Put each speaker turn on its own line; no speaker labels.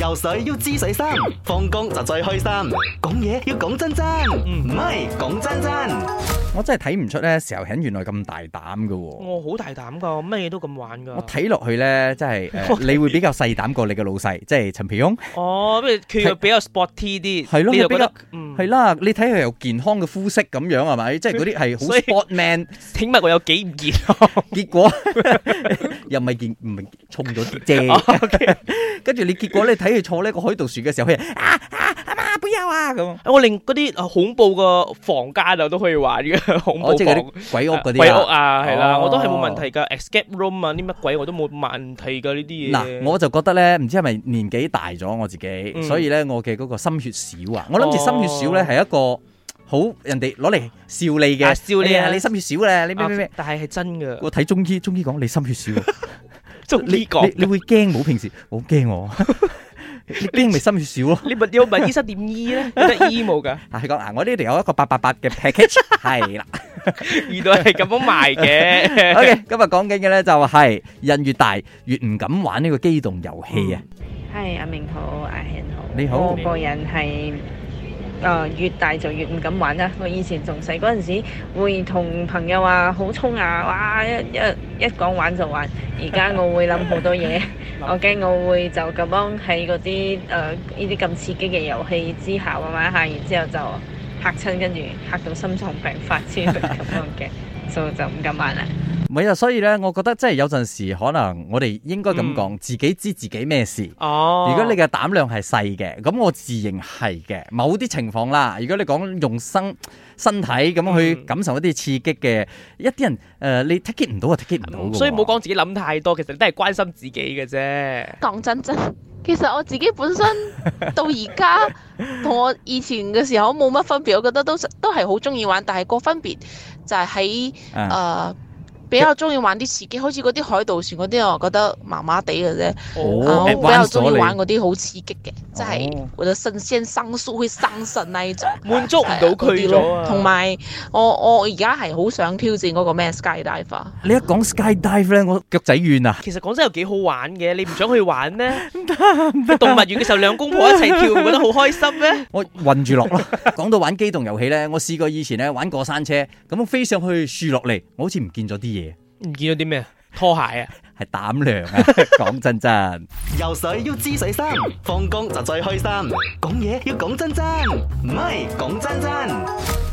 游水要知水深，放工就最開心。講嘢要講真真，唔係講真真。
我真係睇唔出咧，時候肯原來咁大膽嘅喎。
我好大膽噶，乜嘢都咁玩噶
我。睇落去咧，真 係誒你會比較細膽過你嘅老細，即係陳皮翁。
哦，不如佢又
睇
比較 sporty 啲，
係咯
你
佢
又
比
覺
較
得嗯
係啦，你睇佢有健康嘅膚色咁樣係咪？即係嗰啲係好
所以
sport man，
請問我有幾唔 健
結果又唔係健唔係重咗 啲
哦
啫。跟住你結果你睇佢坐呢個海盜船嘅時候，佢係啊啊阿媽不要啊咁。
我連嗰啲啊恐怖嘅房間啊都可以玩嘅，恐怖
哦我即係嗰
房。
啲鬼屋嗰
鬼
啲
屋
啊。
啊，係啦，
哦
我都係冇問題㗎。Escape room 啊，啲乜鬼我都冇問題㗎呢啲嘢。
嗱，我就覺得咧，唔知係咪年紀大咗我自己，
嗯
所以咧我嘅嗰個心血少啊。我諗住心血少咧係一個好人哋攞嚟笑你嘅，
啊笑你啊
哎呀你心血少咧，你咩
啊
咩咩？
但係係真㗎，
我睇中醫，中醫講你心血少啊。
中
你
醫講
你你會驚冇平時，我好驚我，你驚咪心血少 咯。
你問有問醫生點醫咧？有得醫 冇㗎？
係講嗱，我呢度有一個八八八嘅 package，係啦。
原來係咁樣賣 嘅。
OK，今日講緊嘅咧就係人越大越唔敢玩呢個機動遊戲啊。
係阿明好，阿 Hen 好。
你好
我個人係誒、呃越大就越唔敢玩啦。我以前仲細嗰陣時，會同朋友話好衝啊，哇一一一講玩就玩。而家我會諗好多 嘢，我驚我會就咁樣喺嗰啲誒呃呢啲咁刺激嘅遊戲之下玩玩下，然之後就嚇親，跟住嚇到心臟病發之類咁樣 嘅，所以就唔敢玩啦。
唔係啊，所以咧，我覺得即係有陣時可能我哋應該咁講，自己知自己咩事。
嗯哦，
如果你嘅膽量係細嘅，咁我自認係嘅。某啲情況啦，如果你講用身身體咁去
嗯
感受一啲刺激嘅，一啲人誒、呃你 take it 唔到啊，take it 唔到㗎喎
嗯所以唔好講自己諗太多，其實你都係關心自己嘅啫。
講真真， 其實我自己本身到而家同我以前嘅時候冇乜分別，我覺得都都係好中意玩，但係個分別就係喺
啊
誒比較中意玩啲刺激，好似嗰啲海盜船嗰啲，我覺得麻麻地嘅啫。啊
哦
我比
advance
較
咗
中意
你
玩嗰啲好刺激嘅，即係
哦
我的神仙生疏會生神那一種。
滿足唔到佢咗啊。
同埋我我而家係好想挑戰嗰個咩 skydiver。
你一講 skydive 咧，我腳仔軟啊！
其實講真有幾好玩嘅，你唔想去玩咩？去動物園嘅時候兩公婆一齊 跳，唔覺得好開心咩？
我暈 住落啦。講到玩機動遊戲咧，我試過以前咧玩過山車，咁我飛上去樹落嚟，我好似唔見咗啲嘢，
唔見到啲咩拖鞋啊？
係膽 量啊！講真真。
游水要知水深，放工就最開心。講嘢要講真真，唔係講真真。